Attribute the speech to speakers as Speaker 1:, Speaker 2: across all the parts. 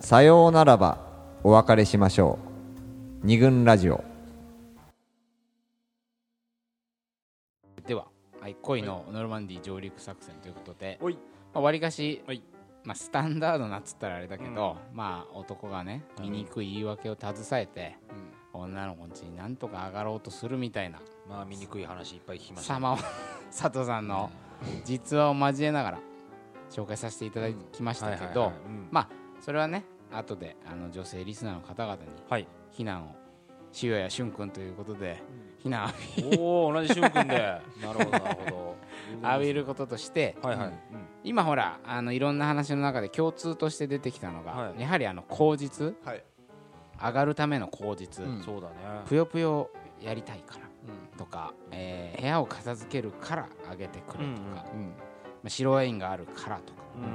Speaker 1: さようならばお別れしましょう二軍ラジオ
Speaker 2: では、はい、恋のノルマンディー上陸作戦ということで、
Speaker 3: はい
Speaker 2: まあ、割かし、
Speaker 3: はい
Speaker 2: まあ、スタンダードなっつったらあれだけど、まあ男がね醜い言い訳を携えて、女の子んちになんとか上がろうとするみたいな
Speaker 3: まあ醜い話いっぱい聞きました
Speaker 2: 様を佐藤さんの実話を交えながら紹介させていただきましたけど、
Speaker 3: はいはいはいうん
Speaker 2: まあそれはね後であの女性リスナーの方々に
Speaker 3: はい
Speaker 2: 非難をしようやしゅんくんということで、非難を
Speaker 3: おお同じ瞬間で なるほどなる ほ
Speaker 2: 浴びることとして、
Speaker 3: どはいはい、
Speaker 2: 今ほらあのいろんな話の中で共通として出てきたのが、
Speaker 3: はい
Speaker 2: やはりあの口実
Speaker 3: はい
Speaker 2: 上がるための口実、
Speaker 3: うんそうだね
Speaker 2: ぷよぷよやりたいから
Speaker 3: う
Speaker 2: とか、えー部屋を片付けるからあげてくれとか、
Speaker 3: うんうん
Speaker 2: まあ白ワインがあるからとか
Speaker 3: ん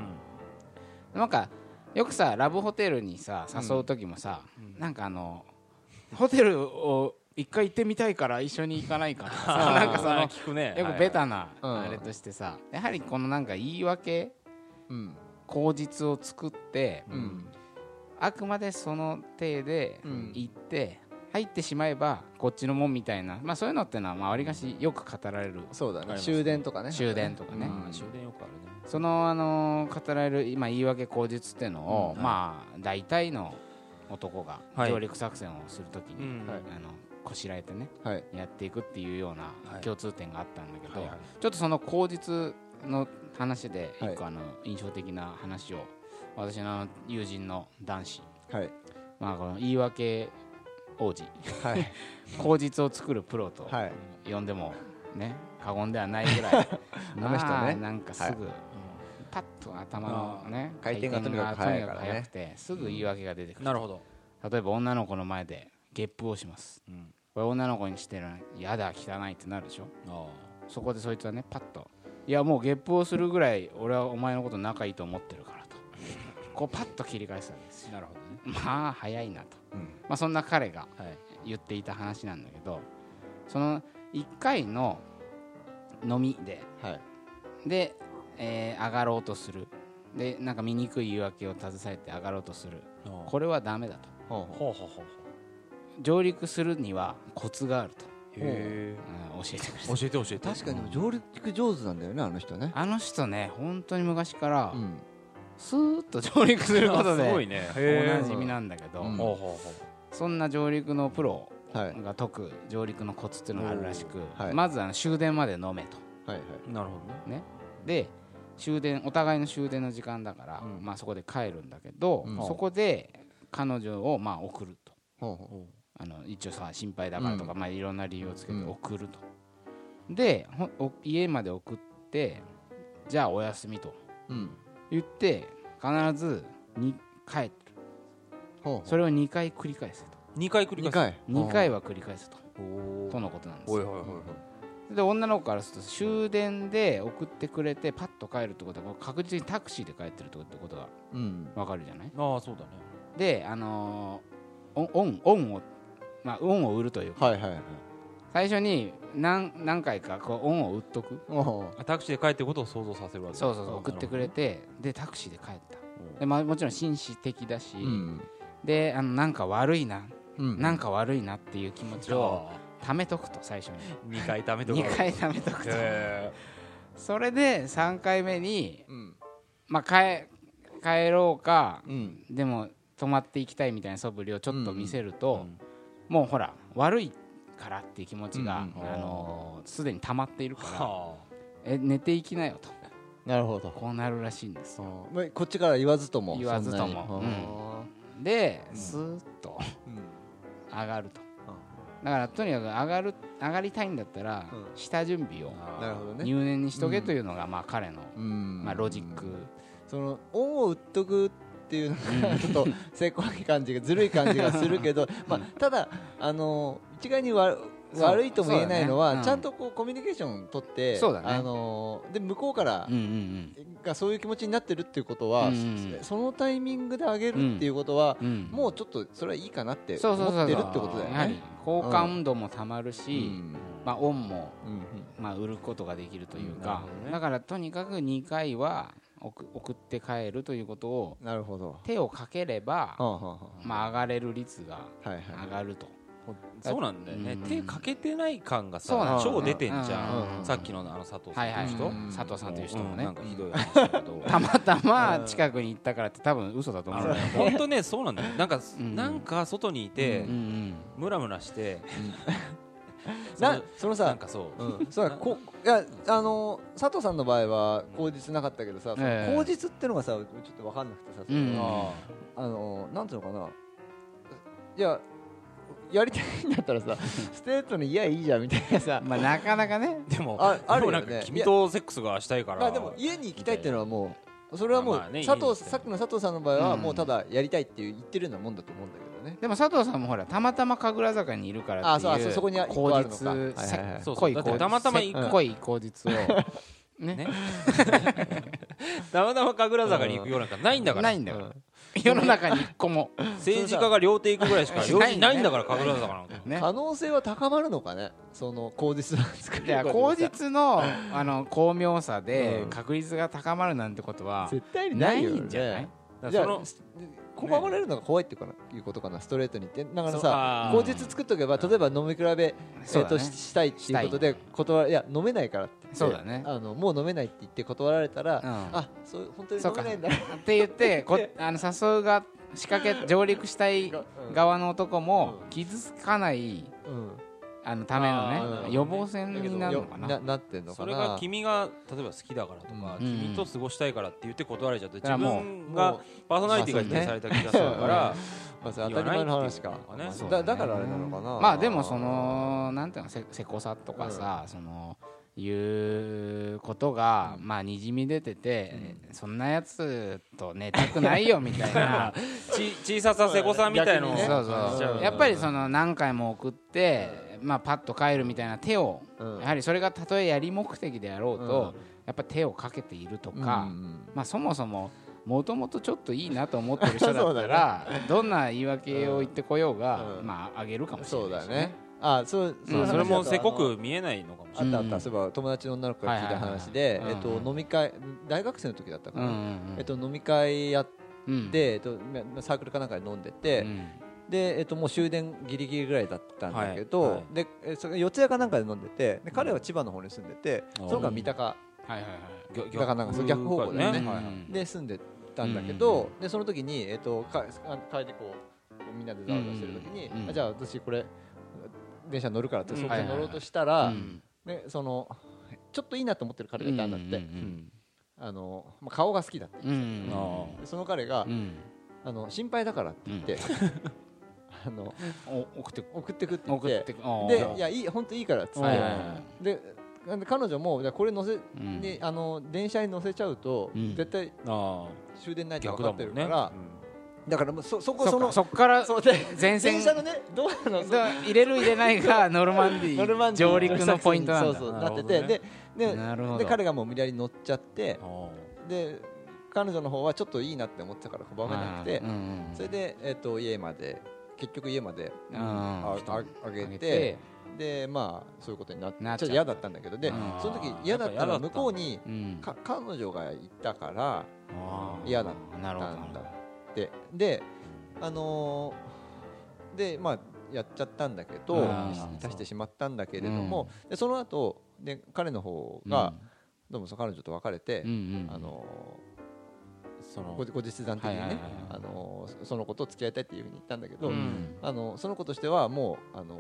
Speaker 3: うん
Speaker 2: なんかよくさラブホテルにさ誘う時もさ、なんかあのホテルを一回行ってみたいから一緒に行かないかとかさなんかその
Speaker 3: 聞くね
Speaker 2: よくベタな
Speaker 1: うん
Speaker 2: あれとしてさ、やはりこのなんか言い訳
Speaker 1: うん
Speaker 2: 口実を作って、
Speaker 1: うん
Speaker 2: あくまでその体で
Speaker 1: うん
Speaker 2: 行って、入ってしまえばこっちのもんみたいな、まあ、そういうのってのはまあわりかしよく語られる
Speaker 1: そうだ
Speaker 3: りま
Speaker 1: ね
Speaker 3: す
Speaker 1: 終電とかね
Speaker 2: 終電とかね、
Speaker 3: うん終電よくあるね
Speaker 2: その、あのー語られる今言い訳口実っていうのを、
Speaker 3: うん
Speaker 2: まあ大体の男が
Speaker 3: はい
Speaker 2: 上陸作戦をするときに、
Speaker 3: うん
Speaker 2: あのこしらえてね
Speaker 1: はい
Speaker 2: やっていくっていうような
Speaker 3: はい
Speaker 2: 共通点があったんだけど、
Speaker 3: はいはい
Speaker 2: ちょっとその口実の話で
Speaker 1: はい
Speaker 2: 一個あの印象的な話を、私のあの友人の男子
Speaker 1: はい
Speaker 2: まあ、この言い訳 王子
Speaker 1: はい
Speaker 2: 口実を作るプロと
Speaker 1: はい
Speaker 2: 呼んでもね過言ではないぐら い
Speaker 1: の人ね
Speaker 2: まあなんかすぐ、パッと頭のね
Speaker 1: 回転がとにかく
Speaker 2: 回
Speaker 1: 早
Speaker 2: 転
Speaker 1: いか
Speaker 2: が
Speaker 1: らね
Speaker 2: とにくてすぐ言い訳が出てくる、
Speaker 3: なるほど
Speaker 2: 例えば女の子の前でゲップをします、
Speaker 3: うん
Speaker 2: これ女の子にしてるのやだ汚いってなるでしょ
Speaker 3: あ
Speaker 2: そこでそいつはねパッといやもうゲップをするぐらい俺はお前のこと仲いいと思ってるからとこうパッと切り返したんですよ
Speaker 3: あなるほどね
Speaker 2: まあ早いなと、
Speaker 1: うん
Speaker 2: まあ、そんな彼が
Speaker 3: はい
Speaker 2: 言っていた話なんだけどその1回の飲みで
Speaker 1: はい
Speaker 2: で、えー上がろうとするでなんか醜い言い訳を携えて上がろうとする
Speaker 3: ほ
Speaker 2: これはダメだと
Speaker 1: ほ
Speaker 3: うほうほうほう
Speaker 2: 上陸するにはコツがあると、
Speaker 3: へ
Speaker 2: うん教えてくれ
Speaker 3: え
Speaker 2: た
Speaker 3: 教えて教えて
Speaker 1: う 確かにでも上陸上手なんだよねあの人ね
Speaker 2: あの人ね本当に昔から
Speaker 1: うん
Speaker 2: スーッと上陸すること
Speaker 3: すご
Speaker 2: で
Speaker 3: いね
Speaker 2: お
Speaker 3: へ
Speaker 2: な
Speaker 3: え
Speaker 2: じみなんだけど、
Speaker 1: うん
Speaker 3: ほうほうほう
Speaker 2: そんな上陸のプロ
Speaker 1: はいはい
Speaker 2: が解く上陸のコツっていうのがあるらしく、
Speaker 1: おーはい
Speaker 2: まずあの終電まで飲めと。
Speaker 1: はい
Speaker 3: なるほどね
Speaker 2: で終電お互いの終電の時間だから、
Speaker 3: うん
Speaker 2: まあ、そこで帰るんだけど、
Speaker 1: うん
Speaker 2: そこで彼女をまあ送ると
Speaker 1: ほうほ
Speaker 2: あの一応さ心配だからとか、まあ、いろんな理由をつけて
Speaker 1: うん
Speaker 2: 送ると、でほお家まで送ってじゃあお休みと
Speaker 1: ううん
Speaker 2: 言って必ずに帰ってる
Speaker 1: ほうほ
Speaker 2: それを2回繰り返せと
Speaker 3: 二回繰
Speaker 1: う
Speaker 3: り
Speaker 1: 二
Speaker 3: 返
Speaker 1: 回
Speaker 2: 2回は繰り返せと
Speaker 3: すお
Speaker 2: とのことなんです
Speaker 3: おい
Speaker 2: よ
Speaker 3: はいはいはい
Speaker 2: で女の子からすると終電で送ってくれてパッと帰るってことはもう確実にタクシーで帰ってるってことが
Speaker 1: うん
Speaker 2: 分かるじゃない
Speaker 3: ああそうだね
Speaker 2: であのーオンオンオンをまあオンを売るという
Speaker 1: はいはいはい
Speaker 2: 最初に何何回かこうオンを売っとく
Speaker 1: ほうほ
Speaker 3: あタクシーで帰ってくことを想像させるわけ
Speaker 2: そうそうそう
Speaker 3: あ
Speaker 2: 送ってくれてでタクシーで帰った
Speaker 3: うん
Speaker 2: で、まあ、もちろん紳士的だし、
Speaker 1: ううん
Speaker 2: であのなんか悪いな、
Speaker 1: うん
Speaker 2: なんか悪いなっていう気持ち
Speaker 3: じゃ
Speaker 2: を
Speaker 3: あ
Speaker 2: 貯めとくと最初に
Speaker 3: 2回ためとか
Speaker 2: 2回貯めとくと
Speaker 3: へ
Speaker 2: それで3回目に、
Speaker 1: うん
Speaker 2: まあ、帰帰ろうか
Speaker 1: うん
Speaker 2: でも泊まっていきたいみたいな素振りをちょっと見せると、
Speaker 3: え
Speaker 2: もうほら悪いからっていう気持ちが
Speaker 1: うん
Speaker 3: うん
Speaker 2: あのーすでに溜まっているから
Speaker 3: はあ
Speaker 2: え寝ていきなよと
Speaker 1: なるほど
Speaker 2: こうなるらしいんですよ
Speaker 1: まあこっちから言わずとも
Speaker 2: 言わずとも
Speaker 1: そんなにほ
Speaker 2: で
Speaker 1: うん
Speaker 2: スーッと
Speaker 1: ううん
Speaker 2: 上がるとだからとにかく上がる上がりたいんだったら
Speaker 1: うん
Speaker 2: 下準備を
Speaker 3: ああ
Speaker 1: なるほどね
Speaker 2: 入念にしとけというのがまあ彼の
Speaker 1: うん
Speaker 2: まあロジック
Speaker 1: そのオンを売っとくっていうのがちょっとせこい感じがずるい感じがするけど、まあ、ただあの一概にわ
Speaker 2: そう
Speaker 1: 悪いとも言えないの
Speaker 2: そう
Speaker 1: は、
Speaker 2: だねうん
Speaker 1: ちゃんとこうコミュニケーション取って
Speaker 2: そうだね
Speaker 1: あので向こうから
Speaker 2: うんうん
Speaker 1: がそういう気持ちになってるっていうことは、
Speaker 2: うんうんうん
Speaker 1: そのタイミングで上げるっていうことは、
Speaker 2: うんうん
Speaker 1: もうちょっとそれはいいかなって
Speaker 2: そうそうそうそう
Speaker 1: 思ってるってことだよ
Speaker 2: やは
Speaker 1: ね
Speaker 2: り。好感度もたまるしまあオンも
Speaker 1: うんうん
Speaker 2: まあ売ることができるという
Speaker 3: なる
Speaker 2: か
Speaker 3: ほどね
Speaker 2: だからとにかく2回は送送って帰るということを
Speaker 1: なるほど
Speaker 2: 手をかけれ
Speaker 1: は
Speaker 2: ば、
Speaker 1: あはあは
Speaker 2: まあ、上がれる率が
Speaker 1: あはいはい
Speaker 2: 上がると、
Speaker 3: そうなんだよね、
Speaker 2: うん
Speaker 3: 手かけてない感が
Speaker 2: そうな
Speaker 3: さ
Speaker 2: の
Speaker 3: 超出てんじ
Speaker 1: うんうん
Speaker 3: ゃ
Speaker 1: うん
Speaker 3: んさっきのあの佐藤さ
Speaker 2: はい
Speaker 3: ん
Speaker 2: はい、
Speaker 3: の人
Speaker 1: うん
Speaker 2: 佐藤さんという人も
Speaker 3: う
Speaker 2: ね、
Speaker 3: なんかひどい話だけど
Speaker 2: たまたま近くに行ったからって多分嘘だと思
Speaker 3: あ
Speaker 2: うよ
Speaker 3: のね 本当ねそうなんだよなんか
Speaker 2: うん
Speaker 3: なんか外にいて
Speaker 2: うんうん
Speaker 3: ムラムラしてそ
Speaker 1: な
Speaker 3: の
Speaker 1: その
Speaker 3: な
Speaker 1: さ
Speaker 3: んかそう
Speaker 1: うん、そうだこいやあの佐藤さんの場合は口実なかったけどさ、その
Speaker 2: ええ
Speaker 1: 口実ってのがさちょっと分かんなくてさ、その
Speaker 2: うん
Speaker 3: あ
Speaker 1: あのなんていうのかな、いや、やりたいんだったら さ、ステートにいや、いいじゃんみたいなさ、
Speaker 2: まあなかなかね
Speaker 3: ーでも
Speaker 1: ああるよね
Speaker 3: でもなんか君とセックスがしたいか
Speaker 1: ま
Speaker 3: ら
Speaker 1: あ、でも家に行きたいっていうのはもう、それはもう、
Speaker 3: まあまあね
Speaker 1: 佐
Speaker 3: 家に行
Speaker 1: 藤
Speaker 3: きたい
Speaker 1: さっきの佐藤さんの場合は、
Speaker 2: うん
Speaker 1: もうただやりたいっていう言ってるようなもんだと思うんだけどね。
Speaker 2: でも佐藤さんもほらたまたま神楽坂にいるからってい
Speaker 1: あそう
Speaker 2: う
Speaker 1: あそうそこに一個あるのかはいはいはい
Speaker 2: せ
Speaker 3: そうそ
Speaker 2: 濃
Speaker 3: う
Speaker 2: い
Speaker 3: だっ
Speaker 2: 口
Speaker 3: て
Speaker 2: 実
Speaker 3: たまたま行
Speaker 2: せ
Speaker 3: く
Speaker 2: 濃い口実をね
Speaker 3: ねたまたま神楽坂に行くようなんかないんだから
Speaker 2: ないんだから、世の中に一個も
Speaker 3: 政治家が料亭行くぐらいしか料
Speaker 2: ない
Speaker 3: 亭
Speaker 2: ね
Speaker 3: ないんだから神楽坂なんか
Speaker 1: うん
Speaker 2: ね
Speaker 1: 可能性は高まるのかね、その口実を作る
Speaker 2: いや
Speaker 1: こと
Speaker 2: 口
Speaker 1: でさ
Speaker 2: 実の あの巧妙さで
Speaker 1: うん
Speaker 2: 確率が高まるなんてことは
Speaker 1: 絶対にな
Speaker 2: ないい
Speaker 1: よ、ね、
Speaker 2: んじゃない
Speaker 3: だ
Speaker 1: じ
Speaker 3: か
Speaker 1: ゃ
Speaker 3: ら
Speaker 1: あ
Speaker 3: その
Speaker 1: す拒まれるのが怖いっていうかないうことかなストレートに言ってだから
Speaker 3: そう
Speaker 1: さ
Speaker 3: あ
Speaker 1: 口
Speaker 3: ー
Speaker 1: 実作っとけば例えば飲み比べえ
Speaker 2: そ
Speaker 1: ー
Speaker 2: うだ
Speaker 1: と
Speaker 2: ね
Speaker 1: ししたいっていうことで断らいや飲めないからって言って
Speaker 2: そうだね
Speaker 1: あのもう飲めないって言って断られたら、
Speaker 2: うん
Speaker 1: あそう本当に
Speaker 2: そ
Speaker 1: 飲
Speaker 2: うか
Speaker 1: めないんだ
Speaker 2: って言って こあの誘うが仕掛け上陸したい 側の男も
Speaker 1: うん
Speaker 2: 傷つかない
Speaker 1: うん
Speaker 2: あのための
Speaker 1: あ
Speaker 2: ね
Speaker 1: ー
Speaker 2: 予防線
Speaker 3: だけど
Speaker 2: になるのかな
Speaker 1: ななってんのか
Speaker 3: そ
Speaker 1: な
Speaker 3: れが君が例えば好きだからとか、
Speaker 2: うん
Speaker 3: 君と過ごしたいからって言って断られちゃって
Speaker 2: だから
Speaker 3: 自
Speaker 2: もう
Speaker 3: 分
Speaker 1: も
Speaker 3: が
Speaker 1: う
Speaker 3: パーソナリティが否定された気がするから、
Speaker 1: まあ、それ当たり前の話か
Speaker 3: 言わないっていうのがね
Speaker 1: だだからあれなのかな
Speaker 2: まあでもそのなんていうのせせこさとかさ、そのいうことが、まあにじみ出てて、そんなやつと寝たくないよみた いな
Speaker 3: ち小ささ瀬古さんみたいのを
Speaker 1: 逆にね
Speaker 2: そう
Speaker 3: 感じちゃ
Speaker 2: そううやっぱりその何回も送って、まあ、パッと帰るみたいな手を、
Speaker 1: うん
Speaker 2: やはりそれがたとえやり目的であろうと、
Speaker 1: う
Speaker 2: やっぱ手をかけていると
Speaker 1: うん
Speaker 2: か、まあ、そもそももともとちょっといいなと思ってる人だ
Speaker 1: そ
Speaker 2: っ
Speaker 1: うだね
Speaker 2: たら、どんな言い訳を言ってこようが、
Speaker 1: うん
Speaker 2: まああげるかもしれ
Speaker 1: そ
Speaker 2: な
Speaker 1: う
Speaker 2: いし、
Speaker 1: だねあそう
Speaker 3: う
Speaker 1: い
Speaker 3: ん
Speaker 1: う話だと
Speaker 3: それもせこく見えないのかもし
Speaker 1: あ
Speaker 3: れ
Speaker 1: っ
Speaker 3: ない、
Speaker 1: たあった、そういえば友達の女の子から聞いた話で、
Speaker 2: はいはいはいはい
Speaker 1: えっ
Speaker 2: うん
Speaker 1: と、飲み会大学生の時だったか
Speaker 2: うんう
Speaker 1: な、
Speaker 2: んうん
Speaker 1: えっと、飲み会やっ
Speaker 2: うん
Speaker 1: て、えっと、まサークルかなんかで飲んでて、
Speaker 2: うん
Speaker 1: で、えっと、もう終電ギリギリぐらいだったんだけど、
Speaker 3: はいはい
Speaker 1: でえそれ四谷かなんかで飲んでてで彼は千葉の方に住んでて、
Speaker 3: うん
Speaker 1: その子は三鷹
Speaker 2: はいはいはい
Speaker 3: 逆
Speaker 1: だからなんかそう逆方向だよね
Speaker 3: うん
Speaker 2: はいはい
Speaker 1: で住んでたんだけど、でその時に、えっと、かあ帰ってこうみんなでざわざわしてる時に、
Speaker 2: うん
Speaker 1: あじゃあ私これ電車乗るからって
Speaker 3: うん
Speaker 1: そこに乗ろうとした
Speaker 2: う
Speaker 1: ら、
Speaker 2: ん
Speaker 1: ねそのちょっといいなと思ってる彼がいたんだって、
Speaker 2: うん
Speaker 1: あのまあ、顔が好きだって
Speaker 2: うんうん
Speaker 3: あー
Speaker 1: でその彼が、
Speaker 2: うん
Speaker 1: あの心配だからって言って、 あの
Speaker 2: お送って
Speaker 1: 送ってくって言っ
Speaker 2: 送ってておー
Speaker 1: でいやいい本当いいからっつって、
Speaker 2: はいはいは
Speaker 1: でなんで彼女もじゃあこれ乗せ、
Speaker 2: うん
Speaker 1: にあの電車に乗せちゃうと、
Speaker 2: うん
Speaker 1: 絶対
Speaker 3: あ
Speaker 1: 終電ない
Speaker 3: あ
Speaker 1: って分
Speaker 3: 逆
Speaker 1: か
Speaker 3: だ
Speaker 1: っ
Speaker 3: も
Speaker 1: てる
Speaker 3: ん
Speaker 1: か
Speaker 3: ね
Speaker 1: ら、だからもうそそこ
Speaker 2: そ
Speaker 1: そ
Speaker 2: っか
Speaker 1: の
Speaker 2: そっから
Speaker 1: そうで
Speaker 2: 前線
Speaker 1: 電車のねどうなの
Speaker 2: だから入れる入れないがノルマンディ
Speaker 1: ノルマンディ
Speaker 2: 上陸のポイントなんだ
Speaker 1: そうそうな
Speaker 3: なる
Speaker 1: っ
Speaker 3: ほ
Speaker 1: て
Speaker 3: ど
Speaker 1: て、
Speaker 3: ね
Speaker 1: でで
Speaker 2: なるほど
Speaker 1: で彼がもう無理やり乗っちゃって
Speaker 3: うんあ
Speaker 1: で彼女の方はちょっといいなって思ってたから拒めなくて
Speaker 2: うんうんうん
Speaker 1: それで、えっと家まで結局家まで
Speaker 2: うん
Speaker 1: あああげ
Speaker 2: 上
Speaker 1: て
Speaker 2: げて
Speaker 1: でまあそういうことになってちょ
Speaker 2: な
Speaker 1: っ
Speaker 2: っち
Speaker 1: と
Speaker 2: ゃった
Speaker 1: 嫌だったんだけどで
Speaker 2: あー
Speaker 1: その時嫌だったら
Speaker 3: やっぱ嫌だった
Speaker 1: 向こうに
Speaker 2: うん
Speaker 1: か彼女がいたから
Speaker 3: あ
Speaker 1: 嫌だっ
Speaker 2: なるほ
Speaker 1: な
Speaker 2: ど
Speaker 1: んだってであのーでまあやっちゃったんだけど
Speaker 2: あー
Speaker 1: いたしてしまったんだけれどもでその後で彼の方
Speaker 2: うん
Speaker 1: がどうもその彼女と別れて
Speaker 2: うんうん
Speaker 1: あの
Speaker 3: そ
Speaker 1: ー
Speaker 3: の
Speaker 1: ごご実談的に
Speaker 2: はいはい
Speaker 1: ね
Speaker 2: はいはい
Speaker 1: あのーその子と付き合いたいっていうふうに言ったんだけど
Speaker 2: うん
Speaker 1: あのその子としてはもうあの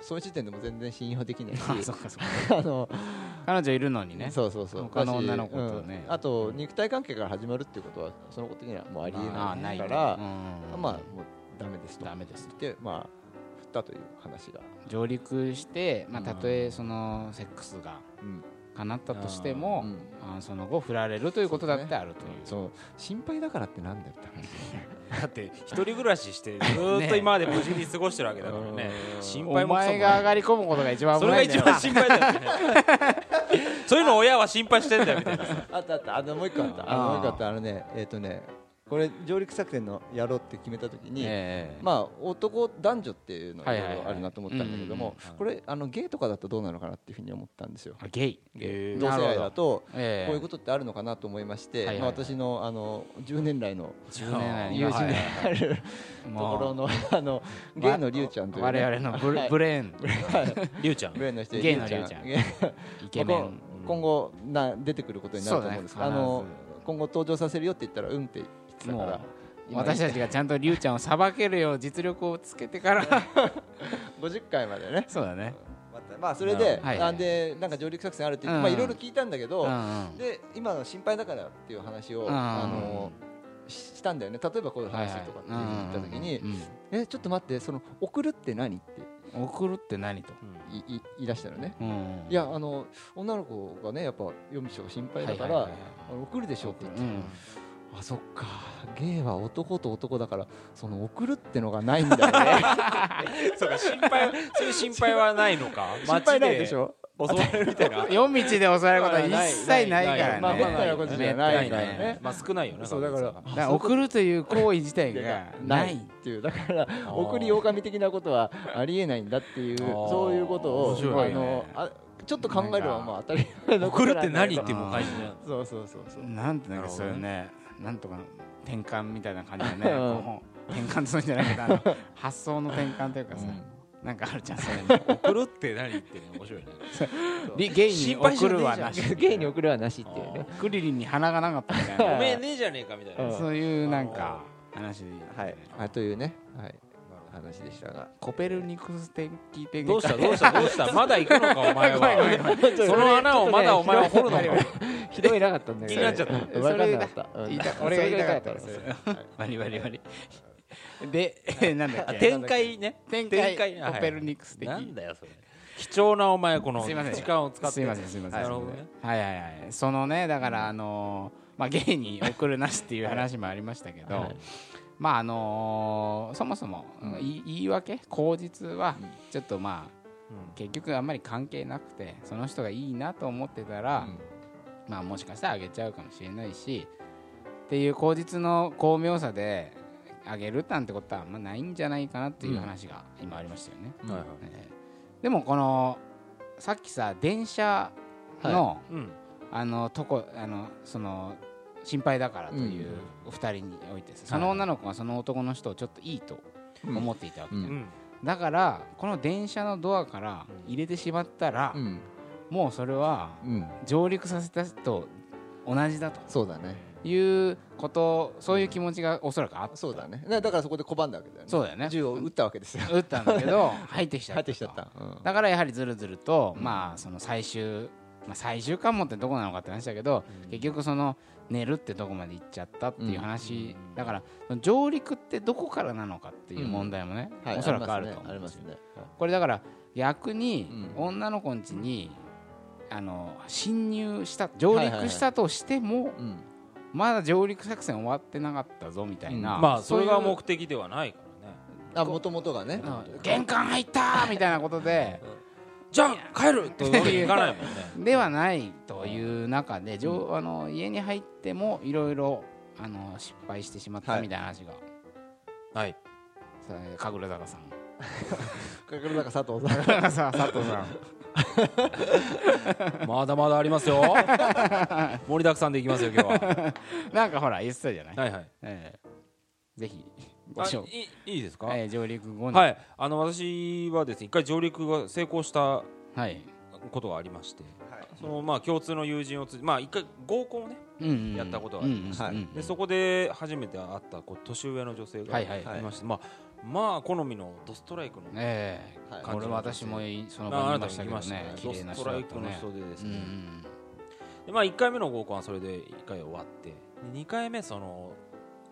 Speaker 1: そういう時点でも全然信用できないし
Speaker 2: あそっかそっ か
Speaker 1: あの
Speaker 2: 彼女いるのにね
Speaker 1: そうそうそう
Speaker 2: 他の女の子とね
Speaker 1: うんあと肉体関係から始まるっていうことはその子的にはもうあり
Speaker 2: あー
Speaker 1: え
Speaker 2: な
Speaker 1: ないい
Speaker 2: ね
Speaker 1: から
Speaker 2: うん
Speaker 1: まあもうダメですと
Speaker 2: ダメですと
Speaker 1: 言ってまあ振ったという話が、
Speaker 2: 上陸してまあ
Speaker 3: うん
Speaker 2: たとえそのセックスが
Speaker 1: うん
Speaker 2: 叶ったとして
Speaker 1: う
Speaker 2: も
Speaker 1: ん
Speaker 2: あその後振られるということだってあるという
Speaker 1: その心配だからってなんだよって
Speaker 3: だって一人暮らししてず ーっと今まで無事に過ごしてるわけだからね心配
Speaker 2: お
Speaker 3: もクソも
Speaker 2: 前
Speaker 3: ない
Speaker 2: が上がり込むことが一番
Speaker 3: そ
Speaker 2: 危な
Speaker 3: れが
Speaker 2: いんだ
Speaker 3: 一
Speaker 2: よ
Speaker 3: 番心配だよ ねそういうの親は心配してんだよみたいな
Speaker 1: 話あったあったあのもう一個あったあのもう一個あったあのねえっ、とねこれ上陸作戦のやろうって決めた時に、
Speaker 2: ええ
Speaker 1: まあ、男男女っていうのが
Speaker 2: はいいはいはい
Speaker 1: ろいろあるなと思ったんだけども、
Speaker 3: うんうんうん
Speaker 1: これあのゲイとかだとどうなのかなっていうふうに思ったんですよ。
Speaker 2: あゲイ
Speaker 3: え
Speaker 1: 同性愛だと
Speaker 2: ええ
Speaker 1: こういうことってあるのかなと思いまして、
Speaker 2: はいはい
Speaker 1: まあ、私のあの10年来の
Speaker 2: 10年来の
Speaker 1: 友人である と
Speaker 2: も
Speaker 1: こ
Speaker 2: う
Speaker 1: ろのあのゲイのリュウちゃんという、ね、
Speaker 2: 我々のブレ,、ブレーン
Speaker 3: りゅうちゃん
Speaker 1: ゲイの人
Speaker 2: ゲイのリュウちゃん
Speaker 1: ゲイ
Speaker 2: イケメ
Speaker 1: まあこ
Speaker 2: ン
Speaker 1: う今後な出てくることになると思うんですけど、
Speaker 2: そう
Speaker 1: あ
Speaker 2: だね
Speaker 1: の
Speaker 2: 必
Speaker 1: 今後登場させるよって言ったらうんって言ってたか
Speaker 2: も
Speaker 1: ら
Speaker 2: う
Speaker 1: 今
Speaker 2: 私たちがちゃんとリュウちゃんをさばけるよう実力をつけてから
Speaker 1: 50回までね
Speaker 2: そうだね
Speaker 1: またまあそれで、
Speaker 2: はい
Speaker 1: あでなんか上陸作戦あるって言って
Speaker 2: うん
Speaker 1: まあいろいろ聞いたんだけ
Speaker 2: う
Speaker 1: ど、
Speaker 2: んうん
Speaker 1: で今の心配だからっていう話を、
Speaker 2: うん
Speaker 1: あのししたんだよね例えばこういう話とかっていうふうに言った時に、
Speaker 2: うんうん
Speaker 1: えちょっと待ってその送るって何って
Speaker 2: うん送るって何と、
Speaker 1: いい言い出したのね
Speaker 2: うんうん
Speaker 1: いやあの女の子がねやっぱ読み書が心配だから、
Speaker 2: はいはいはい
Speaker 1: あの送るでしょって言って、
Speaker 2: うん
Speaker 1: あそっかゲイは男と男だからその送るってのがないんだ よね
Speaker 3: そうか心配はそういう心配はないのか
Speaker 1: 心配ないでしょ
Speaker 3: 街で襲われるみたいな
Speaker 2: 夜道で襲われることは一切ないからね、
Speaker 1: まあめったなことじゃないから
Speaker 2: めったに
Speaker 1: ね
Speaker 3: まあ少ないよね
Speaker 1: そうだから
Speaker 2: だから送るという行為自体が
Speaker 1: な
Speaker 2: ない
Speaker 1: っ
Speaker 2: い
Speaker 1: ていうだから送り狼的なことはありえないんだっていう
Speaker 3: あー
Speaker 1: そういうこと
Speaker 3: 面
Speaker 1: を、
Speaker 3: 白い
Speaker 1: あ
Speaker 3: ね
Speaker 1: のあちょっと考えるのはまあ当たり前のこ
Speaker 3: 送
Speaker 1: と
Speaker 3: る
Speaker 1: な
Speaker 3: っ
Speaker 1: んだけど
Speaker 3: て何っていう感じね
Speaker 1: そうそうそうそう
Speaker 2: なんてなんか
Speaker 3: なるほ
Speaker 2: そ
Speaker 3: どね
Speaker 2: れねなんとか転換みたいな感じだね
Speaker 1: うん
Speaker 2: こう転換するんじゃないけどあの発想の転換というかさ、なんかあるじゃんそれね
Speaker 3: 送るって何って面白いね
Speaker 2: りゲイに
Speaker 3: 心配し
Speaker 2: 送
Speaker 3: なくていいじゃん
Speaker 2: るはなし
Speaker 1: ゲイに送るはなしっていうね
Speaker 2: クリリンに鼻がなかったみた いな
Speaker 3: おめえねえじゃねえかみたいな
Speaker 1: うん
Speaker 2: そういうなんか話で
Speaker 1: はいあというねはい話でしたが
Speaker 2: コペルニクス的転換
Speaker 3: どうしたどうしたどうしたまだ行くのかお前
Speaker 2: ごめんごめん
Speaker 3: は
Speaker 2: ごめん
Speaker 3: その穴をまだお前は掘るのか
Speaker 1: ひどいなかったんだけど
Speaker 3: 気になっちゃった
Speaker 1: 分かんなかった
Speaker 2: それ
Speaker 1: うん
Speaker 2: 言いた
Speaker 1: それ
Speaker 2: 俺が言いたかった
Speaker 1: 言いた
Speaker 2: 割り割り割りでえなんだっ
Speaker 3: あ
Speaker 2: け
Speaker 3: 展開ね
Speaker 2: 展
Speaker 3: 展開
Speaker 2: 開
Speaker 3: ねはい
Speaker 2: コペルニクス的
Speaker 3: なんだよそれ貴重なお前この
Speaker 2: すいません
Speaker 3: 時間を使って
Speaker 2: すいませんすいません
Speaker 3: なるほどね
Speaker 2: はいはいはいそのねだからあのーまあゲイに送るなしっていう話もありましたけど、
Speaker 1: はい
Speaker 2: まああのーそもそも、
Speaker 1: うん
Speaker 2: い言い訳口実は
Speaker 1: うん
Speaker 2: ちょっとまあ結局あんまり関係なくてその人がいいなと思ってたら、まあもしかしたらあげちゃうかもしれないしっていう口実の巧妙さであげるなんてことはあんまないんじゃないかなっていう話が今ありましたよね、
Speaker 1: うん
Speaker 3: はいはい
Speaker 2: えーでもこのさっきさ電車の、
Speaker 3: うん
Speaker 2: あのとこあのその心配だからというお二人においてさ、その女の子がその男の人をちょっといいと思っていたわけ、
Speaker 1: うん
Speaker 3: うん
Speaker 2: だからこの電車のドアから入れてしまったら、
Speaker 1: うん
Speaker 2: もうそれは
Speaker 1: うん
Speaker 2: 上陸させたと同じだと
Speaker 1: そうだね
Speaker 2: いうことそういう気持ちがおそらくあった、
Speaker 1: そうだねだからそこで拒んだわけだよね
Speaker 2: そうだよね
Speaker 1: 銃を撃ったわけですよ
Speaker 2: 撃ったんだ けど入ってきちゃ
Speaker 1: 入
Speaker 2: った
Speaker 1: っ
Speaker 2: と
Speaker 1: てきちゃったうん
Speaker 2: だからやはりずるずると、まあその最終、まあ、最終関門ってどこなのかって話だけど、結局その寝るってどこまで行っちゃったっていう話、だからその上陸ってどこからなのかっていう問題もね、
Speaker 1: はい
Speaker 2: おそらくあると思
Speaker 1: あ
Speaker 2: う
Speaker 1: り
Speaker 2: んで
Speaker 1: ますす
Speaker 2: よ、
Speaker 1: ねありますね
Speaker 2: これだから逆に
Speaker 1: うん
Speaker 2: 女の子ん家に、あの侵入した上陸したとしても、
Speaker 1: うん
Speaker 2: まだ上陸作戦終わってなかったぞみたいな、
Speaker 1: うん
Speaker 3: まあそ
Speaker 2: そうい
Speaker 3: れ
Speaker 2: う
Speaker 3: が目的ではないからね
Speaker 1: あ元々がね
Speaker 2: うん玄関入ったーみたいなことで。
Speaker 3: じゃあ帰るというわけにいかないもんね
Speaker 2: ではないという中で、上あの家に入ってもいろいろあの失敗してしまった
Speaker 1: はい
Speaker 2: みたいな話が、
Speaker 3: はい
Speaker 2: さ神楽坂さん
Speaker 1: 神楽坂佐藤さん
Speaker 2: 神楽 坂佐藤さん
Speaker 3: まだまだありますよ盛りだくさんでいきますよ今日は
Speaker 2: なんかほら言ってたじゃない、
Speaker 3: はいはい
Speaker 2: ええぜひご
Speaker 3: あ
Speaker 2: 紹介、
Speaker 3: いいいですか
Speaker 2: ええ上陸後に
Speaker 3: はい、あの私はですね一回上陸が成功した
Speaker 2: はい
Speaker 3: ことがありまして、
Speaker 1: はい
Speaker 3: そのまあ共通の友人をつまあ一回合コンをね
Speaker 2: うんうん
Speaker 3: やったことがありま
Speaker 1: した
Speaker 2: うんうんうん
Speaker 3: でそこで初めて会ったこう年上の女性が
Speaker 2: はい
Speaker 3: い
Speaker 2: はい、
Speaker 1: はい
Speaker 3: まして、まあまあ好みのドストライクの、
Speaker 2: ええ
Speaker 1: はい
Speaker 2: これ私もその
Speaker 3: ま
Speaker 2: 場
Speaker 3: あ
Speaker 2: に
Speaker 3: あ
Speaker 2: い
Speaker 3: な
Speaker 2: ま
Speaker 3: た
Speaker 2: し
Speaker 3: も
Speaker 2: たけどね
Speaker 3: 行きましたね
Speaker 2: 綺
Speaker 3: ド
Speaker 2: 麗な
Speaker 3: ス
Speaker 2: 人
Speaker 3: ト
Speaker 2: だ
Speaker 3: ラ
Speaker 2: っ
Speaker 3: イ
Speaker 2: た
Speaker 3: クの
Speaker 2: ね
Speaker 3: 人でです
Speaker 2: うんう
Speaker 3: ね、
Speaker 2: ん
Speaker 3: でまあ、1回目の合コンはそれで1回終わって2回目その,、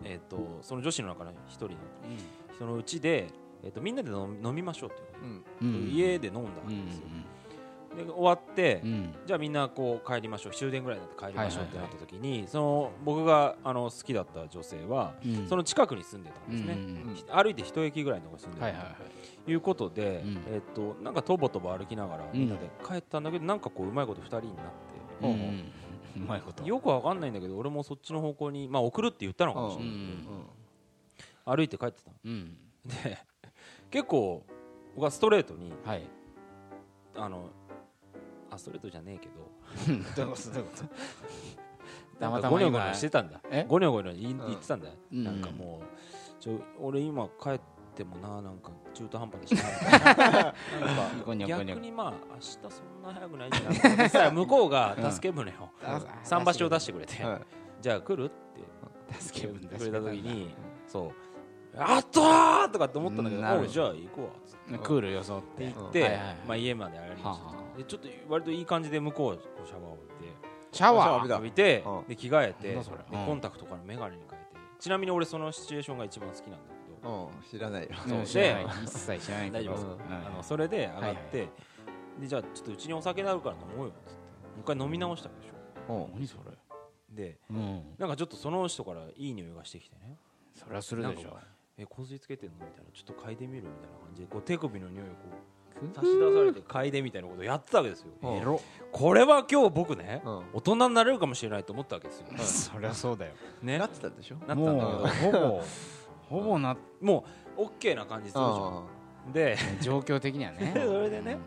Speaker 3: えー、とその女子の中の1人の人のうちで、えー、とみんなで飲み飲みましょうっていうこ
Speaker 1: う
Speaker 3: と
Speaker 1: ん
Speaker 2: うん
Speaker 3: で家で飲んだわ
Speaker 2: うん
Speaker 3: けですよ、で終わって、
Speaker 2: うんうん
Speaker 3: じゃあみんなこう帰りましょう終電ぐらいになって帰りましょうってなった時に、その僕があの好きだった女性は、
Speaker 2: うん
Speaker 3: その近くに住んでたんですね、
Speaker 2: うんうんうん
Speaker 1: うん
Speaker 3: ひ歩いて一駅ぐらいのところに住んでた
Speaker 2: は
Speaker 3: と
Speaker 2: いはいはい
Speaker 3: いうことで、
Speaker 2: うん
Speaker 3: えっとなんかとぼとぼ歩きながら
Speaker 2: うん
Speaker 3: みんなで帰ったんだけど、なんかこううまいこと二人になって、
Speaker 2: うんうんうまいこと
Speaker 3: よくわかんないんだけど俺もそっちの方向にまあ送るって言ったのかもし
Speaker 2: う
Speaker 3: れない、
Speaker 2: ん
Speaker 3: 歩いて帰ってた
Speaker 2: うん
Speaker 3: ので結構僕はストレートに
Speaker 2: はい
Speaker 3: あのあストレートじゃねえけど
Speaker 2: どういうことどういうこと
Speaker 3: な
Speaker 2: た
Speaker 3: ん
Speaker 2: ま
Speaker 3: か
Speaker 2: た
Speaker 3: ゴ
Speaker 2: ま
Speaker 3: ニョゴ
Speaker 2: 今
Speaker 3: ニョしてたんだ
Speaker 2: え
Speaker 3: ゴニョゴニョ言い
Speaker 1: ん
Speaker 3: 言ってたんだ、
Speaker 2: うん
Speaker 3: なんかもうちょ俺今帰ってもななんか中途半端でしなみたいななん
Speaker 2: ゴニョゴ
Speaker 3: か
Speaker 2: ニョ
Speaker 3: 逆にまあ明日そんな早くないんだなそしたら向こうが助け舟を
Speaker 2: あ
Speaker 3: 桟橋を出してくれて、
Speaker 1: はい
Speaker 3: じゃあ来るって
Speaker 2: 助け分
Speaker 3: くれた時に
Speaker 1: う
Speaker 3: そう「あったー!」とかって思ったんだけ
Speaker 2: うん
Speaker 3: ど
Speaker 2: なるほ
Speaker 3: お
Speaker 2: ど
Speaker 3: う「じゃあ行こうわ」っつって
Speaker 2: クール装って
Speaker 3: 行っ
Speaker 2: う
Speaker 3: て、
Speaker 2: んはいはいはい
Speaker 3: まあ、家まで上がりました
Speaker 2: はあはあ
Speaker 3: でちょっと割といい感じで向こうはこうシャワーを浴びて
Speaker 2: シャ
Speaker 1: シャワー
Speaker 2: ワ
Speaker 1: 浴び
Speaker 2: ー
Speaker 1: た
Speaker 3: 浴びて
Speaker 1: うん
Speaker 3: で着替えて
Speaker 2: なんだ
Speaker 3: で
Speaker 2: それうん
Speaker 3: コンタクトから眼鏡に変えてちなみに俺そのシチュエーションが一番好きなんだけど
Speaker 1: ん知らないよ
Speaker 2: うん
Speaker 3: そう
Speaker 2: 知らない一切知らないけ
Speaker 3: 大
Speaker 2: ど
Speaker 3: 丈夫
Speaker 1: で
Speaker 3: ですす
Speaker 1: か
Speaker 2: うん
Speaker 3: あのそれで上がっ
Speaker 2: は
Speaker 3: てでじゃあちょっとうちにお酒があるから飲もうよっつってもう一回飲み直したでしょ
Speaker 1: うん
Speaker 2: 何それ
Speaker 3: で
Speaker 2: うん
Speaker 3: なんかちょっとその人からいい匂いがしてきてね
Speaker 2: そりゃするでし
Speaker 3: なん
Speaker 2: ょ
Speaker 3: かえ香水つけてんのみたいなちょっと嗅いでみるみたいな感じでこう手首の匂いをこう差し出されて嗅いでみたいなことをやってたわけですよ
Speaker 1: うん
Speaker 3: えろこれは今日僕ね
Speaker 1: うん
Speaker 3: 大人になれるかもしれないと思ったわけですよ
Speaker 2: そりゃそうだよ
Speaker 3: ね
Speaker 1: な
Speaker 3: な
Speaker 1: っ
Speaker 3: って
Speaker 1: たでしょ
Speaker 3: たんだけ
Speaker 2: も
Speaker 3: ど
Speaker 2: うほぼほぼな
Speaker 3: もう OK な感じするじゃんで
Speaker 2: 状況的にはね
Speaker 3: それでね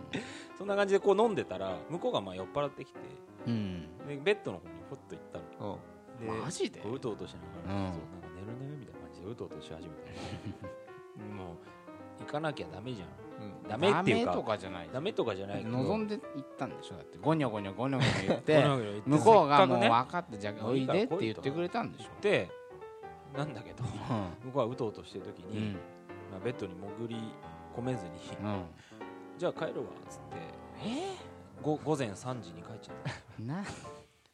Speaker 3: そんな感じでこう飲んでたら向こうがまあ酔っ払ってきて
Speaker 2: うん
Speaker 3: でベッドの方にポッと行ったの
Speaker 1: うん
Speaker 3: で
Speaker 2: マジで
Speaker 3: こううとうとしながら、
Speaker 2: うん
Speaker 3: そうなんか寝るねみたいな感じでうとうとし始めて もう行かなきゃダメじゃん
Speaker 1: うん
Speaker 3: ダメっていう
Speaker 2: ダメと
Speaker 3: か
Speaker 2: かじゃない
Speaker 3: ダメとかじゃないけど
Speaker 2: 望んで行ったんでしょだってゴニョゴニョゴニョゴニョ言っ
Speaker 3: こ
Speaker 2: て
Speaker 3: の世に行って
Speaker 2: 向こうがもう
Speaker 3: せっか
Speaker 2: 分かったじゃあ
Speaker 3: も
Speaker 2: お
Speaker 3: うい
Speaker 2: い
Speaker 3: いから
Speaker 2: でって言ってくれたんでしょ
Speaker 3: くねでなんだけど
Speaker 2: う
Speaker 3: 向こうはうとうとしてる時
Speaker 2: んう
Speaker 3: に、
Speaker 2: ん
Speaker 3: まあ、ベッドに潜り込めずに
Speaker 2: うん
Speaker 3: じゃあ帰るわっつって
Speaker 2: え
Speaker 3: ご午前3時に帰っちゃった
Speaker 2: ーな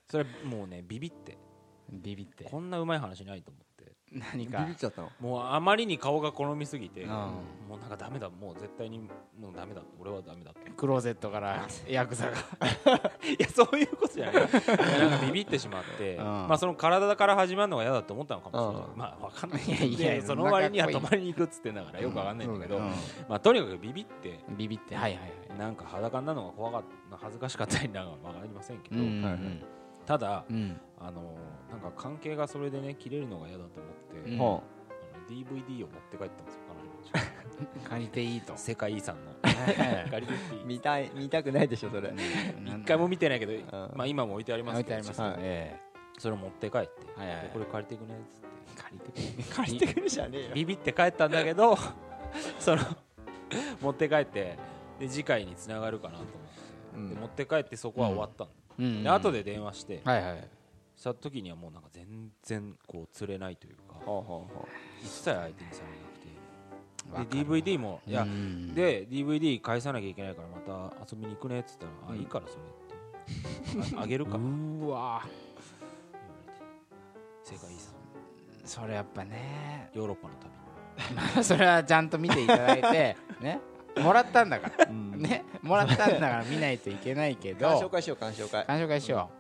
Speaker 3: それもうねビビって
Speaker 2: ビビって
Speaker 3: こんなうまい話ないと思って
Speaker 1: ビ
Speaker 2: 何
Speaker 1: ビ
Speaker 2: か
Speaker 1: っちゃったの
Speaker 3: もうあまりに顔が好みすぎて、
Speaker 2: うん
Speaker 3: もうなんかダメだもう絶対にもうダメだ俺はダメだって
Speaker 2: クローゼットからヤクザが
Speaker 3: いやそういうことじゃない なんかビビってしまって、
Speaker 2: うん
Speaker 3: まあその体から始まるのが嫌だと思ったのかもしれない、
Speaker 1: うん
Speaker 3: まあわかんない
Speaker 2: いやいや
Speaker 3: でその割には
Speaker 2: そんな
Speaker 3: 泊
Speaker 2: かっ
Speaker 3: まりに行くっつってんだ からよくわかんないんだけど、
Speaker 2: う
Speaker 3: まあとにかくビビって
Speaker 2: んビビってはいはいはい
Speaker 3: なんか裸になるのが怖かった恥ずかしかったりなのはわかりませんけ
Speaker 2: う
Speaker 3: ど、
Speaker 2: ん
Speaker 1: はいは
Speaker 3: ただ
Speaker 2: うん
Speaker 3: あのなんか関係がそれでね切れるのが嫌だと思っ
Speaker 2: う
Speaker 3: て、
Speaker 2: ん
Speaker 3: あの
Speaker 1: ほ
Speaker 3: DVD を持って帰ったんですよ彼女
Speaker 2: 借りていい と
Speaker 3: 世界遺産の 借りてきていいう
Speaker 1: 見たい見たくないでしょそれ
Speaker 2: 一
Speaker 3: 一回も見てないけど、
Speaker 1: ん
Speaker 3: まあ、今も置いてありま
Speaker 2: 置
Speaker 3: す
Speaker 2: い
Speaker 3: け
Speaker 2: てあ
Speaker 3: ど
Speaker 2: りますね
Speaker 1: はい
Speaker 2: え
Speaker 3: それを持って帰って、
Speaker 2: はいはいはい
Speaker 3: でこれ借りてくねっつって
Speaker 2: え借りて
Speaker 1: 借りてくるじゃねえよ
Speaker 3: ビビって帰ったんだけど その持って帰ってで次回につながるかなと思って、
Speaker 1: うん
Speaker 3: で持って帰ってそこは終わったの、
Speaker 2: うん
Speaker 3: で後で電話して、
Speaker 2: はいはい
Speaker 3: した時にはもうなんか全然こう釣れないというか
Speaker 1: ほうほうほ
Speaker 3: 一切相手にされなくてで
Speaker 2: わかる
Speaker 3: DVD もいや、
Speaker 2: うん
Speaker 3: で DVD 返さなきゃいけないからまた遊びに行くねっつったら「あいいからそれ」 って「ああげる
Speaker 2: う
Speaker 3: か」って
Speaker 2: ーわー
Speaker 3: 言われて正解いいっす
Speaker 2: それやっぱね
Speaker 3: ヨーロッパの旅
Speaker 2: それはちゃんと見ていただいてねもらったんだから
Speaker 1: ううん
Speaker 2: ねもらったんだから見ないといけないけ ど
Speaker 1: 鑑賞会しよう鑑賞会
Speaker 2: 鑑賞会しよ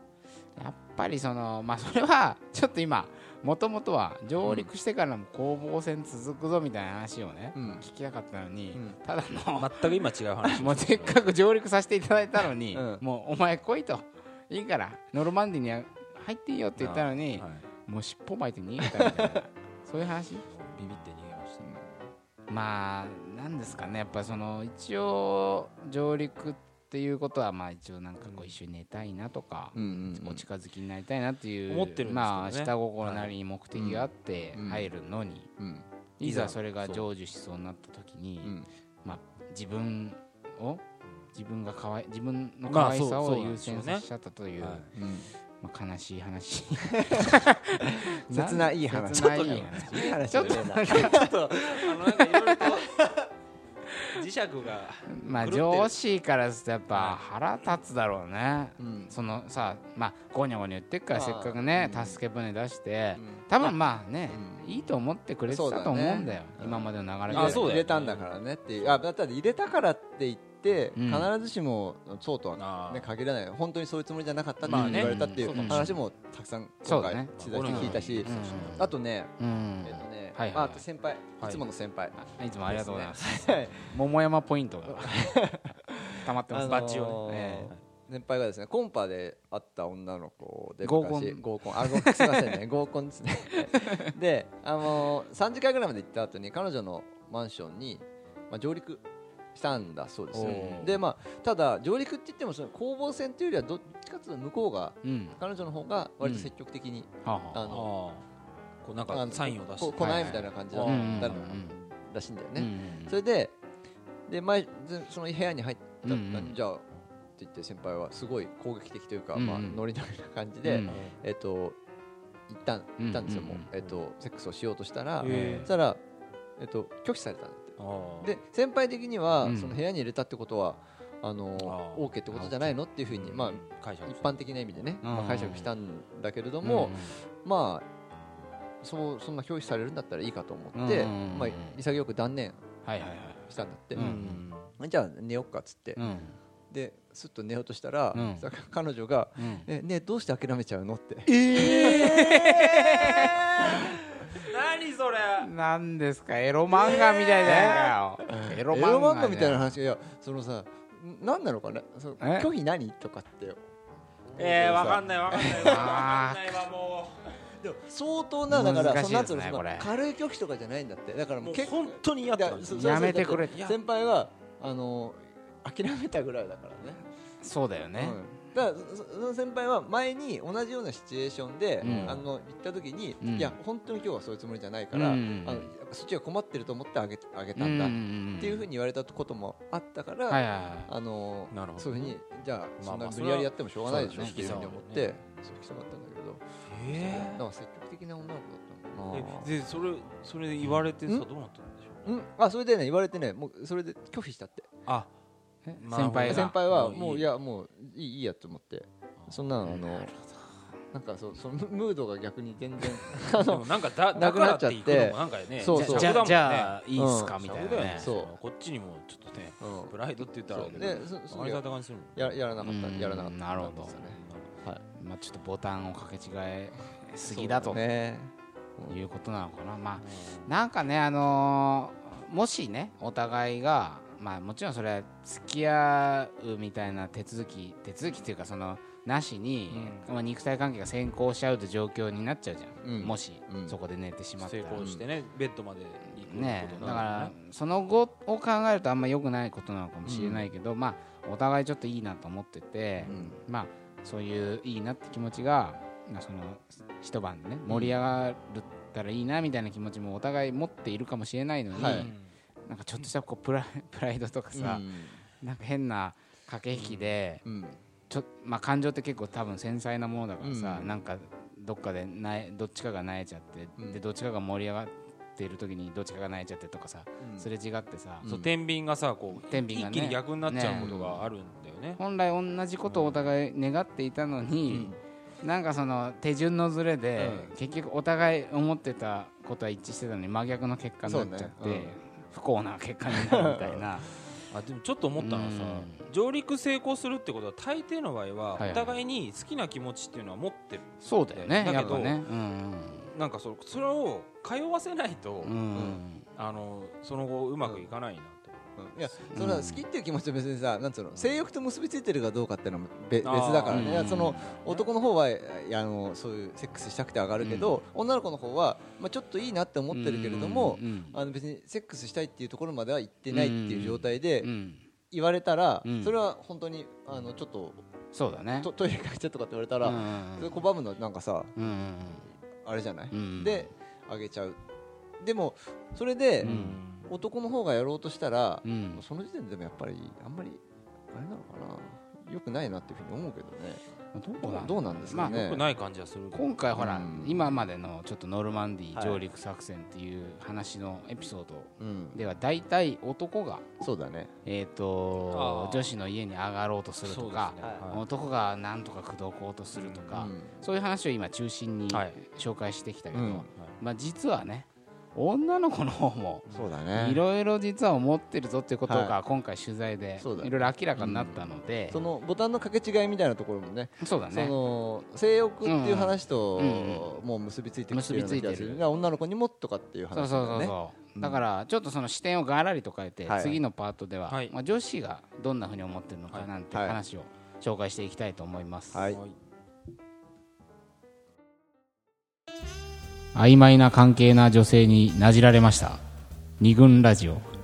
Speaker 2: う、やっぱりそのまあそれはちょっと今もともとは上陸してからも攻防戦続くぞみたいな話をね、
Speaker 1: うん
Speaker 2: 聞きたかったのに、
Speaker 1: うん
Speaker 2: ただの、
Speaker 3: 全く今違う話
Speaker 2: もうせっかく上陸させていただいたのに、
Speaker 1: うん
Speaker 2: もうお前来いといいからノルマンディには入っていいよって言ったのに、
Speaker 3: はい
Speaker 2: もう尻尾巻いて逃げたみたいな そういう話
Speaker 3: ビビって逃げました
Speaker 2: まあなんですかねやっぱその一応上陸っていうことはまあ一応なんかこう一緒に寝たいなとか、
Speaker 1: うんうんうん
Speaker 2: お近づきになりたいなっていう
Speaker 3: 思ってるんですけどね
Speaker 2: まあ下心なりに目的があって
Speaker 1: うん
Speaker 2: 入るのに、
Speaker 1: うん
Speaker 2: い
Speaker 3: い
Speaker 2: ざ
Speaker 3: ざ
Speaker 2: それが
Speaker 3: そ
Speaker 2: 成就しそうになった時に、
Speaker 1: うん
Speaker 2: 自分を自分がかわい自分の
Speaker 3: まあ
Speaker 2: 可愛さ
Speaker 3: そう
Speaker 2: を
Speaker 3: そうなん
Speaker 2: 優
Speaker 3: でしょうね
Speaker 2: 先させちゃったという、
Speaker 3: はい
Speaker 1: うん
Speaker 2: まあ、悲しい話
Speaker 1: 切ないい話
Speaker 2: 切ないい話
Speaker 1: いい話
Speaker 2: ち
Speaker 1: だ
Speaker 2: ょっ
Speaker 1: ね
Speaker 2: と
Speaker 3: あのなんかいろいろと磁石が
Speaker 2: まあ
Speaker 3: 狂ってる
Speaker 2: 上司からするとやっぱ腹立つだろうね、
Speaker 1: うん
Speaker 2: そのさまあゴニョゴニョ言ってっから
Speaker 1: まあ
Speaker 2: せっかくね、
Speaker 1: うん
Speaker 2: 助け舟出して、
Speaker 1: うん
Speaker 2: 多分まあね、
Speaker 1: うん
Speaker 2: いいと思ってくれて
Speaker 1: そうだ
Speaker 2: た
Speaker 1: ね
Speaker 2: と思うんだよ、
Speaker 1: うん
Speaker 2: 今までの流れで
Speaker 3: あそう
Speaker 1: 入
Speaker 3: だよね
Speaker 1: れたんだからねっていうあだって入れたからって言って、
Speaker 2: うん
Speaker 1: 必ずしもそうと
Speaker 3: あ
Speaker 1: は、
Speaker 3: ー
Speaker 1: ね、限らない本当にそういうつもりじゃなかったって
Speaker 3: まあね
Speaker 1: 言われたっていう
Speaker 2: うん
Speaker 1: 話もたくさん
Speaker 2: そ
Speaker 1: 今
Speaker 2: うだね
Speaker 1: 回取材して聞いたし、
Speaker 2: うん
Speaker 1: あとね,、
Speaker 2: うん
Speaker 1: えっとね
Speaker 2: はいはいはい
Speaker 1: まあ、あと先輩
Speaker 3: はい
Speaker 1: いつもの先輩、
Speaker 2: あいつもありがとうございます
Speaker 1: はい
Speaker 2: 桃山ポイントが溜まってます、
Speaker 1: あのー
Speaker 2: ええ
Speaker 1: 先輩がですねコンパで会った女の子で
Speaker 2: 合コン
Speaker 1: 昔合コンあごすいませんね 合コンですねであのー、3時間ぐらいまで行った後に彼女のマンションに、まあ、上陸したんだそうですよ
Speaker 2: おー
Speaker 1: でまあただ上陸って言ってもその攻防戦というよりはどっちかというと向こうが
Speaker 2: うん
Speaker 1: 彼女の方が割と積極的に、
Speaker 2: はあ
Speaker 1: あ
Speaker 2: は
Speaker 1: の
Speaker 3: こうなん
Speaker 1: あ
Speaker 3: か
Speaker 1: の
Speaker 3: サインを出
Speaker 1: こ来
Speaker 3: して
Speaker 1: ないみたいな感じだっ
Speaker 2: あ
Speaker 1: た
Speaker 2: うんうん
Speaker 1: ららしいんだよね、それでで前ずその部屋に入った、
Speaker 2: うんうん
Speaker 1: じゃあって言って先輩はすごい攻撃的というか、
Speaker 2: うんうん
Speaker 1: まあ、ノリノリな感じで、
Speaker 2: うん
Speaker 1: えっと行ったん行ったんですよ、
Speaker 2: うんうんうん
Speaker 1: もう、えっとセックスをしようとしたら、
Speaker 3: へー
Speaker 1: そしたら、えっと拒否されたんだって
Speaker 3: あー
Speaker 1: で先輩的には、
Speaker 2: うん
Speaker 1: その部屋に入れたってことはあの
Speaker 3: あー
Speaker 1: OK ってことじゃないのっていうふうに、まあ、
Speaker 3: 解釈
Speaker 1: 一般的な意味でね、
Speaker 2: うん
Speaker 1: まあ、解釈したんだけれども、まあそうそんな拒否されるんだったらいいかと思って、
Speaker 2: うんうんうん
Speaker 1: まあ、潔く断念
Speaker 2: はいはいはい
Speaker 1: したんだって、
Speaker 2: う
Speaker 3: うんん
Speaker 1: じゃあ寝よっかっつって、
Speaker 2: うん
Speaker 1: ですっと寝ようとしたら、
Speaker 2: うん
Speaker 1: さ彼女が
Speaker 2: うん
Speaker 1: 「ねねどうして諦めちゃうの?」って
Speaker 3: 何それ
Speaker 2: なんですかエロ漫画みたいじゃないかよエロ
Speaker 1: エロ漫
Speaker 2: 漫画
Speaker 1: 画みたいな
Speaker 2: な
Speaker 1: 話がいやそのさ何なのかねその
Speaker 2: え
Speaker 1: 拒否何とかって
Speaker 3: えー、わかん
Speaker 1: ない
Speaker 3: ないわかんないわかんないわも
Speaker 1: でも相当なだから
Speaker 2: 難し
Speaker 1: そ
Speaker 2: い
Speaker 1: の
Speaker 2: ですね
Speaker 1: その
Speaker 2: これ
Speaker 1: 軽い拒否とかじゃないんだってだから
Speaker 3: う
Speaker 1: もう
Speaker 3: もう
Speaker 1: 結構
Speaker 3: 本当に嫌ってた
Speaker 1: い
Speaker 3: んです
Speaker 1: そ
Speaker 3: よ
Speaker 1: うそう
Speaker 2: やめてくれ
Speaker 1: だっ先輩があの諦めたぐらいだからね
Speaker 2: そうだよね
Speaker 1: うんだからそその先輩は前に同じようなシチュエーションで、
Speaker 2: うん
Speaker 1: あの行った時に、
Speaker 2: うん
Speaker 1: いや本当に今日はそういうつもりじゃないから、
Speaker 2: うん
Speaker 1: あのそっちが困ってると思ってあげあげた
Speaker 2: うん
Speaker 1: だ
Speaker 2: う
Speaker 1: っ
Speaker 2: ん
Speaker 1: ていうふうに言われたこともあったから、
Speaker 2: はいはいはい
Speaker 1: あの
Speaker 3: なるほど
Speaker 1: そういうふうにじゃあ
Speaker 3: ま
Speaker 1: そ
Speaker 3: あ
Speaker 1: ん
Speaker 3: ま
Speaker 1: な
Speaker 3: あ
Speaker 1: 無理やりやってもしょうがないでしょっ
Speaker 2: それは
Speaker 1: ていうふうに思っ
Speaker 3: そうだ
Speaker 1: て
Speaker 3: ね
Speaker 1: そう来たかったんだけど、
Speaker 3: え
Speaker 1: なんか積極的な女の子だったのかな
Speaker 3: ー、。でそれそれで言われてさ
Speaker 1: う
Speaker 3: ど
Speaker 1: ん
Speaker 3: うなったんでしょ
Speaker 1: う
Speaker 3: う
Speaker 1: ん、あそれでね言われてねもうそれで拒否したって
Speaker 3: あ
Speaker 2: え
Speaker 3: まあ
Speaker 2: 先輩
Speaker 3: え
Speaker 2: が
Speaker 1: 先輩は
Speaker 3: も
Speaker 1: もう
Speaker 3: ういい
Speaker 1: いやもういいいいやと思ってそんなのあのなんかそうその ムードが逆に全 然あ
Speaker 3: で
Speaker 1: の
Speaker 3: もなんかだ
Speaker 1: な
Speaker 3: だ
Speaker 1: く
Speaker 3: か
Speaker 1: な
Speaker 3: ら
Speaker 1: っ
Speaker 3: っ
Speaker 1: ちゃ
Speaker 3: て
Speaker 1: って
Speaker 3: 行くのもなんかね
Speaker 1: そうそう
Speaker 2: じ
Speaker 3: じ
Speaker 2: ゃ
Speaker 3: ゃ
Speaker 2: あじゃ
Speaker 3: ゃ
Speaker 2: あいいっすかみたいなね
Speaker 1: そう
Speaker 3: こっちにもちょっとね
Speaker 1: うん
Speaker 3: プライドって言ったらあ
Speaker 1: そ
Speaker 3: れ
Speaker 1: う
Speaker 3: だ
Speaker 1: で
Speaker 3: けど
Speaker 1: そそ
Speaker 3: あ
Speaker 1: れや
Speaker 3: れされた感じするの
Speaker 1: ややらなかった
Speaker 2: うん
Speaker 1: やらなかった
Speaker 2: なるほど
Speaker 1: んですよね
Speaker 2: まあちょっとボタンをかけ違えすぎだと
Speaker 1: ね
Speaker 2: いうことなのかなまあなんかねあのーもしねお互いがまあもちろんそれは付き合うみたいな手続き手続きっていうかそのなしに、まあ、肉体関係が先行しちゃうって状況になっちゃうじゃん、
Speaker 1: うん
Speaker 2: もし、
Speaker 1: うん
Speaker 2: そこで寝てしまった
Speaker 3: 成
Speaker 2: ら
Speaker 3: 功してねベッドまで行く
Speaker 2: ね
Speaker 3: こと
Speaker 2: だ
Speaker 3: に
Speaker 2: か
Speaker 3: な
Speaker 2: らその後を考えるとあんま良くないことなのかもしれないけど、まあお互いちょっといいなと思ってて、
Speaker 1: うん
Speaker 2: まあそういういいなって気持ちがまあその一晩でね盛り上がるったらいいなみたいな気持ちもお互い持っているかもしれないのに、
Speaker 1: は
Speaker 3: る
Speaker 1: い
Speaker 3: ね
Speaker 2: なんかちょっとしたこうプラ イプライドとかさ、なんか変な駆け引きで、
Speaker 1: うんうん
Speaker 2: ちょまあ、感情って結構多分繊細なものだからさ、
Speaker 1: うん
Speaker 2: なんかどっかでなえどっちかが萎えちゃって、
Speaker 1: うん
Speaker 2: でどっちかが盛り上がっている時にどっちかが萎えちゃってとかさ、
Speaker 1: うん
Speaker 2: すれ違ってさ、
Speaker 3: そう天秤がさこう
Speaker 2: 天秤が
Speaker 3: 一
Speaker 2: ね
Speaker 3: 気に逆になっちゃうことがあるんだよね
Speaker 2: 本来同じことをお互い願っていたのに、なんかその手順のずれで、結局お互い思ってたことは一致してたのに真逆の結果になっちゃって、
Speaker 1: そうねうん
Speaker 2: 不幸な結果になるみたいな
Speaker 3: あでもちょっと思ったのはさ
Speaker 2: う
Speaker 3: 上陸成功するってことは大抵の場合
Speaker 2: はいはい
Speaker 3: はお互いに好きな気持ちっていうのは持ってる
Speaker 2: そうだよね
Speaker 3: だ
Speaker 2: や
Speaker 3: け
Speaker 2: っ
Speaker 3: ど
Speaker 2: ぱねうん
Speaker 3: なんかそそれを通わせないと
Speaker 2: うん、うん
Speaker 3: あのその後うまくいかないなと
Speaker 1: うんいやそれは好きっていう気持ちは別にさなんつうの性欲と結びついてるかどうかっていうのもべ別だから
Speaker 2: あー
Speaker 1: ねいやその
Speaker 3: うん
Speaker 1: 男の方はいやあのそういうセックスしたくて上がるけど女の子の方はまあちょっといいなって思ってるけれども
Speaker 2: うんうん
Speaker 1: あの別にセックスしたいっていうところまでは行ってないっていう状態で
Speaker 2: うん
Speaker 1: 言われたら
Speaker 2: うん
Speaker 1: それは本当にあのちょっと
Speaker 2: そうだね
Speaker 1: トトイレ行っちゃとかって言われた
Speaker 2: う
Speaker 1: ら
Speaker 2: ん
Speaker 1: それ拒むのなんかさ
Speaker 2: うんうん
Speaker 1: あれじゃない
Speaker 2: うん
Speaker 1: であげちゃうでもそれで
Speaker 2: うん
Speaker 1: 男の方がやろうとしたら
Speaker 2: うんうん
Speaker 1: その時点でもやっぱりあんまりあれなのかな良くないなっていうふうに思うけどね
Speaker 2: どうなん
Speaker 1: どうなんですかね
Speaker 2: まあ
Speaker 3: 良くない感じはするけど
Speaker 2: 今回ほら、
Speaker 1: うん
Speaker 2: 今までのちょっとノルマンディー
Speaker 1: はい
Speaker 2: 上陸作戦っていう話のエピソード
Speaker 1: うん
Speaker 2: では大体男が、
Speaker 1: そうだね
Speaker 2: えー、と
Speaker 3: あー
Speaker 2: 女子の家に上がろうとする
Speaker 3: そ
Speaker 2: と
Speaker 3: うですね
Speaker 2: か、
Speaker 3: は
Speaker 2: 男がなんとか口説こうとすると
Speaker 1: う
Speaker 2: か、
Speaker 1: ん
Speaker 2: そういう話を今中心に
Speaker 3: はい
Speaker 2: 紹介してきたけど、
Speaker 1: うん
Speaker 2: まあ、実はね女の子の方も
Speaker 1: そうだね
Speaker 2: いろいろ実は思ってるぞっていうこと
Speaker 1: は
Speaker 2: が今回取材で
Speaker 1: そうだね
Speaker 2: いろいろ明らかになったので、
Speaker 1: そのボタンの掛け違いみたいなところもね
Speaker 2: そうだ
Speaker 1: そ
Speaker 2: ね
Speaker 1: の性欲っていう話と
Speaker 2: うん
Speaker 1: もう結びついてきてるような気がす
Speaker 2: 結びついて
Speaker 1: るだ
Speaker 2: る
Speaker 1: から女の子にもとかっていう話
Speaker 2: そ
Speaker 1: だよ
Speaker 2: うそうそう
Speaker 1: ね
Speaker 2: そう、
Speaker 1: うん
Speaker 2: だからちょっとその視点をがらりと変えて、
Speaker 1: はい
Speaker 2: 次のパートでは、
Speaker 3: はい
Speaker 2: まあ、女子がどんなふうに思ってるのかなんて
Speaker 1: はい
Speaker 2: 話を紹介していきたいと思います、
Speaker 1: はい
Speaker 2: 曖昧な関係な女性になじられました二軍ラジオ